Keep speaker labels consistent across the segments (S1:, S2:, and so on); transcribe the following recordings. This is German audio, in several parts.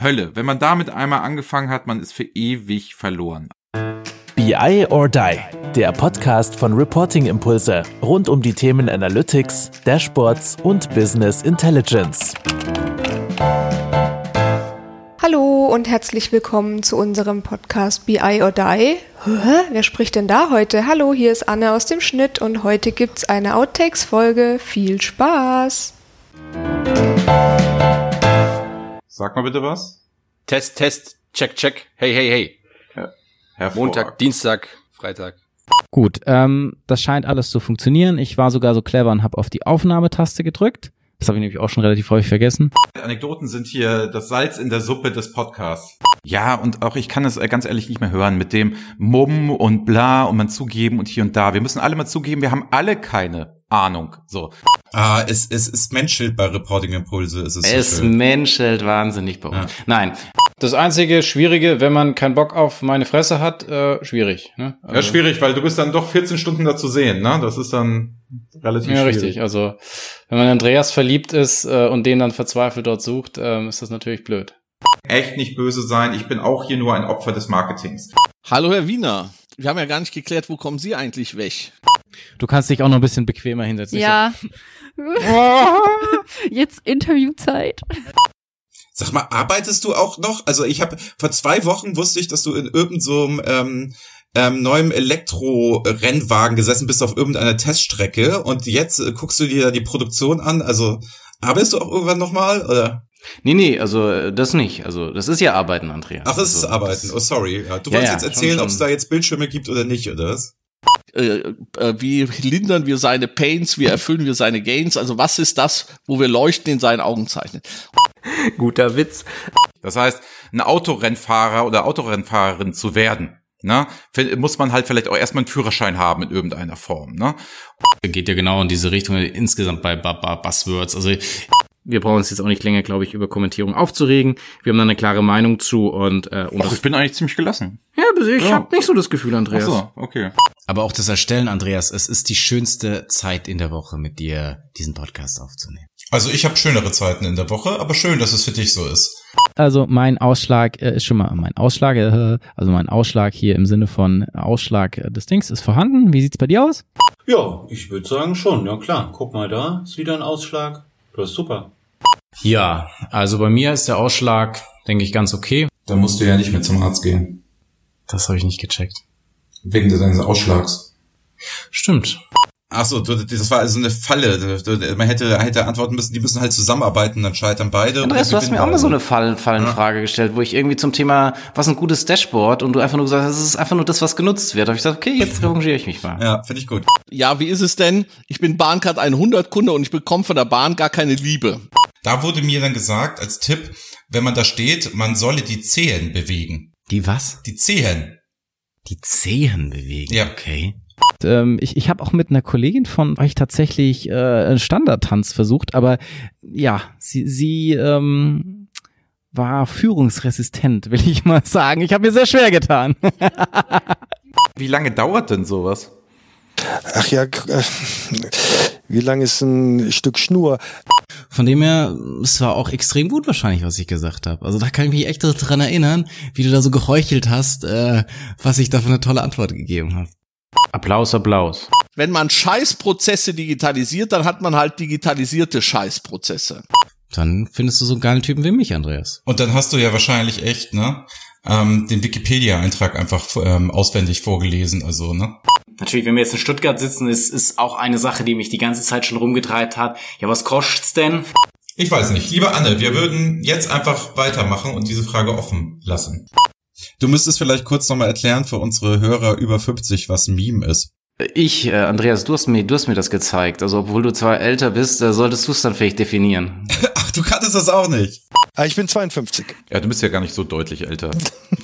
S1: Hölle. Wenn man damit einmal angefangen hat, man ist für ewig verloren.
S2: BI or Die, der Podcast von Reporting Impulse rund um die Themen Analytics, Dashboards und Business Intelligence.
S3: Hallo und herzlich willkommen zu unserem Podcast BI or Die. Hä? Wer spricht denn da heute? Hallo, hier ist Anne aus dem Schnitt und heute gibt's eine Outtakes-Folge. Viel Spaß!
S1: Sag mal bitte was.
S4: Test, Test, check, check. Hey, hey, hey.
S1: Hervorragend.
S4: Montag, Dienstag, Freitag.
S5: Gut, ähm, das scheint alles zu funktionieren. Ich war sogar so clever und habe auf die Aufnahmetaste gedrückt. Das habe ich nämlich auch schon relativ häufig vergessen.
S1: Anekdoten sind hier das Salz in der Suppe des Podcasts. Ja, und auch ich kann es äh, ganz ehrlich nicht mehr hören mit dem Mumm und bla und man zugeben und hier und da. Wir müssen alle mal zugeben, wir haben alle keine Ahnung. So.
S6: Ah, es, es, es menschelt bei Reporting Impulse. Es ist
S7: Es
S6: so schön.
S7: menschelt wahnsinnig bei uns. Nein,
S8: Das einzige Schwierige, wenn man keinen Bock auf meine Fresse hat, äh, schwierig. Ne? Also,
S1: Ja, schwierig, weil du bist dann doch 14 Stunden dazu sehen, ne? Das ist dann relativ
S8: Ja,
S1: schwierig.
S8: richtig. Also wenn man in Andreas verliebt ist äh, und den dann verzweifelt dort sucht, ähm, ist das natürlich blöd.
S1: Echt nicht böse sein. Ich bin auch hier nur ein Opfer des Marketings.
S9: Hallo Herr Wiener. Wir haben ja gar nicht geklärt, wo kommen Sie eigentlich weg?
S5: Du kannst dich auch noch ein bisschen bequemer hinsetzen.
S10: Ja. Jetzt Interviewzeit.
S6: Sag mal, arbeitest du auch noch? Also ich habe vor zwei Wochen wusste ich, dass du in irgendeinem so einem, ähm, ähm, neuem Elektro-Rennwagen gesessen bist auf irgendeiner Teststrecke und jetzt äh, guckst du dir die Produktion an. Also arbeitest du auch irgendwann nochmal? Oder?
S7: nee, nee, also äh, das nicht. Also das ist ja Arbeiten, Andreas.
S6: Ach, das
S7: also,
S6: ist Arbeiten. Oh, sorry. Ja, du
S7: Ja,
S6: wolltest
S7: ja,
S6: jetzt
S7: schon,
S6: erzählen,
S7: schon.
S6: ob es da jetzt Bildschirme gibt oder nicht, oder was?
S9: Äh, äh, wie lindern wir seine Pains? Wie erfüllen wir seine Gains? Also was ist das, wo wir leuchten in seinen Augen zeichnen?
S7: Guter Witz.
S1: Das heißt, ein Autorennfahrer oder Autorennfahrerin zu werden, ne, fin- muss man halt vielleicht auch erstmal einen Führerschein haben in irgendeiner Form, ne?
S11: geht ja genau in diese Richtung insgesamt bei Bu- Bu- Buzzwords. Also
S8: Wir brauchen uns jetzt auch nicht länger, glaube ich, über Kommentierung aufzuregen. Wir haben da eine klare Meinung zu und, äh, und
S1: Ach, ich bin eigentlich ziemlich gelassen.
S8: ja, ich
S1: hab
S8: nicht so das Gefühl,
S1: Ach
S8: Andreas.
S1: so, okay.
S11: aber auch das Erstellen, Andreas, es ist die schönste Zeit in der Woche, mit dir diesen Podcast aufzunehmen.
S6: Also ich habe schönere Zeiten in der Woche, aber schön, dass es für dich so ist.
S5: Also mein Ausschlag äh, ist schon mal mein Ausschlag, äh, also mein Ausschlag hier im Sinne von Ausschlag äh, des Dings ist vorhanden. Wie sieht's bei dir aus?
S8: Ja, ich würde sagen schon. Ja klar, guck mal da, ist wieder ein Ausschlag. Das ist super.
S11: Ja, also bei mir ist der Ausschlag, denke ich, ganz okay.
S6: Dann musst du ja nicht mehr zum Arzt gehen.
S11: Das habe ich nicht gecheckt.
S6: Wegen deines Ausschlags.
S11: Stimmt.
S6: Ach so, du- das war also eine Falle. Du- du- Man hätte, hätte antworten müssen, die müssen halt zusammenarbeiten, dann scheitern beide.
S7: Andreas, du
S6: und dann
S7: hast
S6: gewinnen
S7: mir auch mal so
S6: beide.
S7: eine Fall- Fallenfrage gestellt, wo ich irgendwie zum Thema, was ist ein gutes Dashboard und du einfach nur gesagt hast, es ist einfach nur das, was genutzt wird. Da hab ich gesagt, okay, jetzt revanchiere ich mich mal.
S6: Ja, finde ich gut.
S9: Ja, wie ist es denn? Ich bin Bahncard 100 Kunde und ich bekomme von der Bahn gar keine Liebe.
S6: Da wurde mir dann gesagt, als Tipp, wenn man da steht, man solle die Zehen bewegen.
S11: Die was?
S6: Die Zehen.
S11: Die Zehen bewegen.
S6: Ja.
S11: Okay.
S5: Ähm, ich ich habe auch mit einer Kollegin von euch tatsächlich äh, einen Standardtanz versucht, aber ja, sie, sie ähm, war führungsresistent, will ich mal sagen. Ich habe mir sehr schwer getan.
S1: Wie lange dauert denn sowas?
S8: Ach ja, wie lang ist ein Stück Schnur?
S11: Von dem her, es war auch extrem gut wahrscheinlich, was ich gesagt habe. Also da kann ich mich echt dran erinnern, wie du da so geheuchelt hast, äh, was ich da für eine tolle Antwort gegeben habe.
S7: Applaus, Applaus.
S9: Wenn man Scheißprozesse digitalisiert, dann hat man halt digitalisierte Scheißprozesse.
S11: Dann findest du so einen geilen Typen wie mich, Andreas.
S6: Und dann hast du ja wahrscheinlich echt, ne? Ähm, den Wikipedia-Eintrag einfach ähm, auswendig vorgelesen, also, ne?
S8: Natürlich, wenn wir jetzt in Stuttgart sitzen, ist, ist auch eine Sache, die mich die ganze Zeit schon rumgetreibt hat. Ja, was kostet's denn?
S6: Ich weiß nicht. Liebe Anne, wir würden jetzt einfach weitermachen und diese Frage offen lassen. Du müsstest vielleicht kurz nochmal erklären für unsere Hörer über 50, was ein Meme ist.
S7: Ich, äh, Andreas, du hast, mir, du hast mir das gezeigt. Also obwohl du zwar älter bist, äh, solltest du es dann vielleicht definieren.
S6: Ach, du kanntest das auch nicht.
S8: Ah, Ich bin 52.
S1: Ja, du bist ja gar nicht so deutlich älter.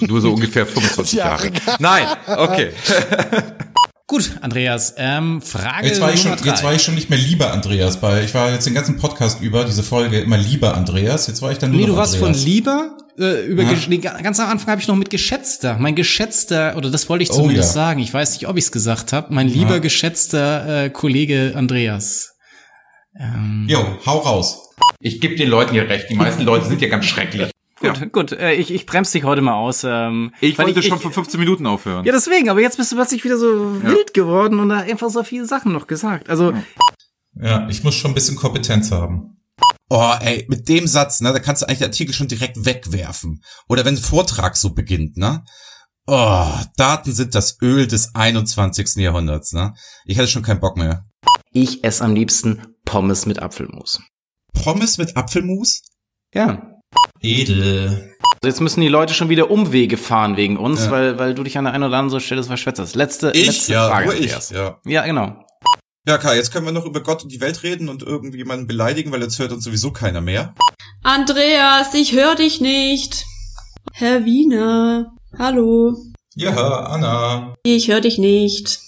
S1: Nur so ungefähr 25 Jahre. Nein, okay.
S11: Gut, Andreas, ähm, Frage
S6: Jetzt war, ich schon,
S11: Nummer drei.
S6: jetzt war ich schon nicht mehr lieber Andreas, weil ich war jetzt den ganzen Podcast über, diese Folge immer lieber Andreas. Jetzt war ich dann nur
S11: Nee,
S6: noch
S11: du warst von
S6: Andreas.
S11: lieber äh, über
S6: Ja.
S11: ge- nee, ga- ganz am Anfang habe ich noch mit geschätzter. Mein geschätzter oder das wollte ich
S6: Oh,
S11: zumindest
S6: ja.
S11: sagen. Ich weiß nicht, ob ich es gesagt habe. Mein lieber
S6: Ja.
S11: geschätzter äh, Kollege Andreas. Ähm,
S6: Jo, hau raus.
S1: Ich gebe den Leuten ja recht. Die meisten Leute sind ja ganz schrecklich. Ja.
S10: Gut, gut. Äh, ich, ich bremse dich heute mal aus. Ähm,
S1: Ich
S10: weil
S1: wollte schon vor 15 Minuten aufhören.
S10: Ja, deswegen, aber jetzt bist du plötzlich wieder so
S1: Ja.
S10: wild geworden und da einfach so viele Sachen noch gesagt. Also,
S6: Ja, ich muss schon ein bisschen Kompetenz haben. Oh, ey, mit dem Satz, ne, da kannst du eigentlich den Artikel schon direkt wegwerfen. Oder wenn ein Vortrag so beginnt, ne? Oh, Daten sind das Öl des 21. Jahrhunderts, ne? Ich hatte schon keinen Bock mehr.
S7: Ich esse am liebsten Pommes mit Apfelmus.
S6: Pommes mit Apfelmus?
S7: Ja.
S6: Edel.
S7: Also Jetzt müssen die Leute schon wieder Umwege fahren wegen uns,
S6: Ja.
S7: weil, weil du dich an der einen oder anderen Stelle verschwätzt. Letzte,
S6: Ich?
S7: letzte
S6: Ja,
S7: Frage.
S6: nur ich,
S7: Andreas.
S6: ja.
S7: ja, genau.
S6: Ja, Kai, jetzt können wir noch über Gott und die Welt reden und irgendjemanden beleidigen, weil jetzt hört uns sowieso keiner mehr.
S12: Andreas, ich höre dich nicht. Herr Wiener, hallo.
S6: Ja, Anna.
S12: Ich höre dich nicht.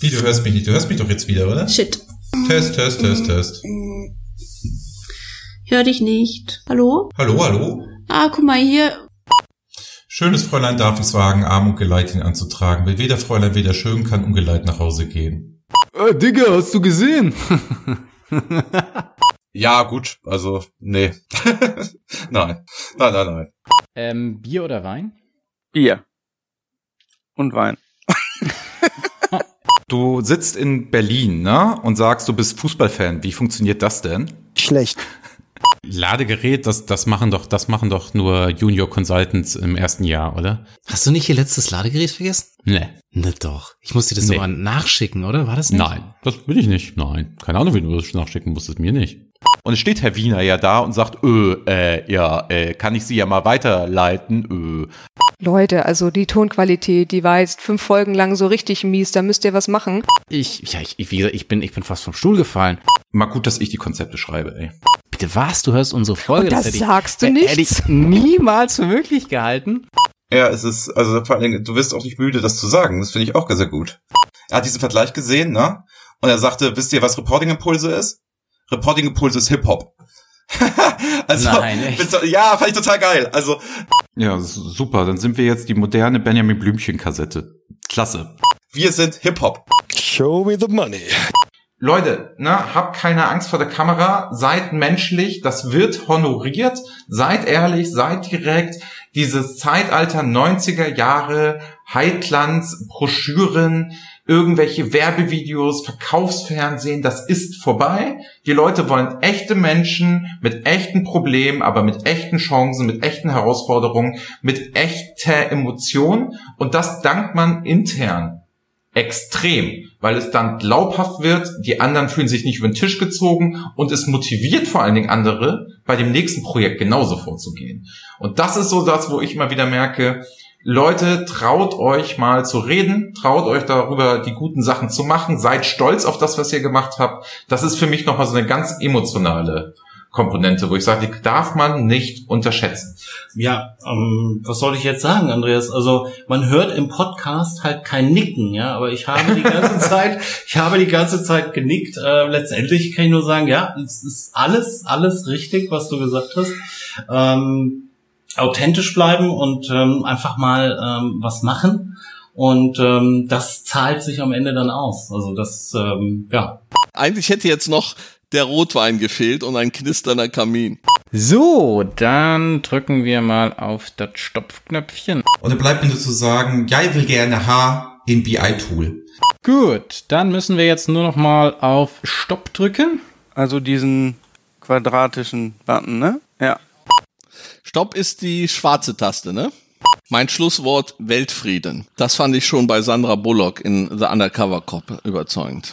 S6: Wie, du hörst mich nicht? Du hörst mich doch jetzt wieder, oder?
S12: Shit.
S6: Test, test, test, test.
S12: Hör dich nicht. Hallo?
S6: Hallo, hallo.
S12: Ah, guck mal hier.
S6: Schönes Fräulein darf es wagen, Arm und Geleit ihn anzutragen. Will weder Fräulein weder schön, kann ungeleit nach Hause gehen.
S5: Äh, Digga, hast du gesehen?
S6: Ja, gut, also, nee. nein. Nein, nein, nein.
S5: ähm, Bier oder Wein?
S13: Bier. Und Wein.
S1: Du sitzt in Berlin, ne? Und sagst, du bist Fußballfan. Wie funktioniert das denn?
S14: Schlecht.
S15: Ladegerät, das, das machen doch, das machen doch nur Junior Consultants im ersten Jahr, oder?
S11: Hast du nicht ihr letztes Ladegerät vergessen?
S15: Nee.
S11: Ne doch. Ich muss dir das
S15: Nee.
S11: sogar nachschicken, oder? War das nicht?
S15: Nein, das will ich nicht. Nein. Keine Ahnung, wie du das nachschicken musstest, mir nicht.
S1: Und es steht Herr Wiener ja da und sagt, öh, äh, ja, äh, kann ich Sie ja mal weiterleiten, öh.
S3: Leute, also die Tonqualität, die war jetzt fünf Folgen lang so richtig mies, da müsst ihr was machen.
S10: ich, ja, ich, ich, wie gesagt, ich bin, ich bin fast vom Stuhl gefallen.
S1: Mal gut, dass ich die Konzepte schreibe, ey.
S10: Bitte was? Du hörst unsere Folge.
S3: Und das
S10: Oh, hätte
S3: sagst du
S10: äh,
S3: nicht?
S10: Hätte ich niemals für möglich gehalten.
S6: Ja, es ist, also vor allen Dingen, du wirst auch nicht müde, das zu sagen. Das finde ich auch sehr gut. Er hat diesen Vergleich gesehen, ne? Und er sagte, wisst ihr, was Reporting Impulse ist? Reporting Impulse ist Hip-Hop. also,
S1: Nein, echt?
S6: bist du- Ja, fand ich total geil. Also,
S1: Ja, s- super. Dann sind wir jetzt die moderne Benjamin Blümchen-Kassette. Klasse.
S6: wir sind Hip-Hop.
S1: Show me the money. Leute, ne, habt keine Angst vor der Kamera, seid menschlich, das wird honoriert, seid ehrlich, seid direkt. Dieses Zeitalter 90er Jahre, Heitlands, Broschüren, irgendwelche Werbevideos, Verkaufsfernsehen, das ist vorbei. Die Leute wollen echte Menschen mit echten Problemen, aber mit echten Chancen, mit echten Herausforderungen, mit echter Emotion und das dankt man intern extrem, weil es dann glaubhaft wird, die anderen fühlen sich nicht über den Tisch gezogen und es motiviert vor allen Dingen andere, bei dem nächsten Projekt genauso vorzugehen. Und das ist so das, wo ich immer wieder merke, Leute, traut euch mal zu reden, traut euch darüber, die guten Sachen zu machen, seid stolz auf das, was ihr gemacht habt. Das ist für mich nochmal so eine ganz emotionale Komponente, wo ich sage, die darf man nicht unterschätzen.
S16: Ja, ähm, was soll ich jetzt sagen, Andreas? Also man hört im Podcast halt kein Nicken, ja, aber ich habe die ganze Zeit, ich habe die ganze Zeit genickt. Äh, letztendlich kann ich nur sagen, ja, es ist alles, alles richtig, was du gesagt hast. Ähm, authentisch bleiben und ähm, einfach mal ähm, was machen. Und ähm, das zahlt sich am Ende dann aus. Also das, ähm, ja,
S9: Eigentlich hätte jetzt noch der Rotwein gefehlt und ein knisternder Kamin.
S10: So, dann drücken wir mal auf das Stopfknöpfchen.
S6: Und dann bleibt mir nur zu sagen, ja, ich will gerne H im BI-Tool.
S10: Gut, dann müssen wir jetzt nur noch mal auf Stopp drücken.
S13: Also diesen quadratischen Button, ne? Ja.
S9: Stopp ist die schwarze Taste, ne? Mein Schlusswort Weltfrieden. Das fand ich schon bei Sandra Bullock in The Undercover Cop überzeugend.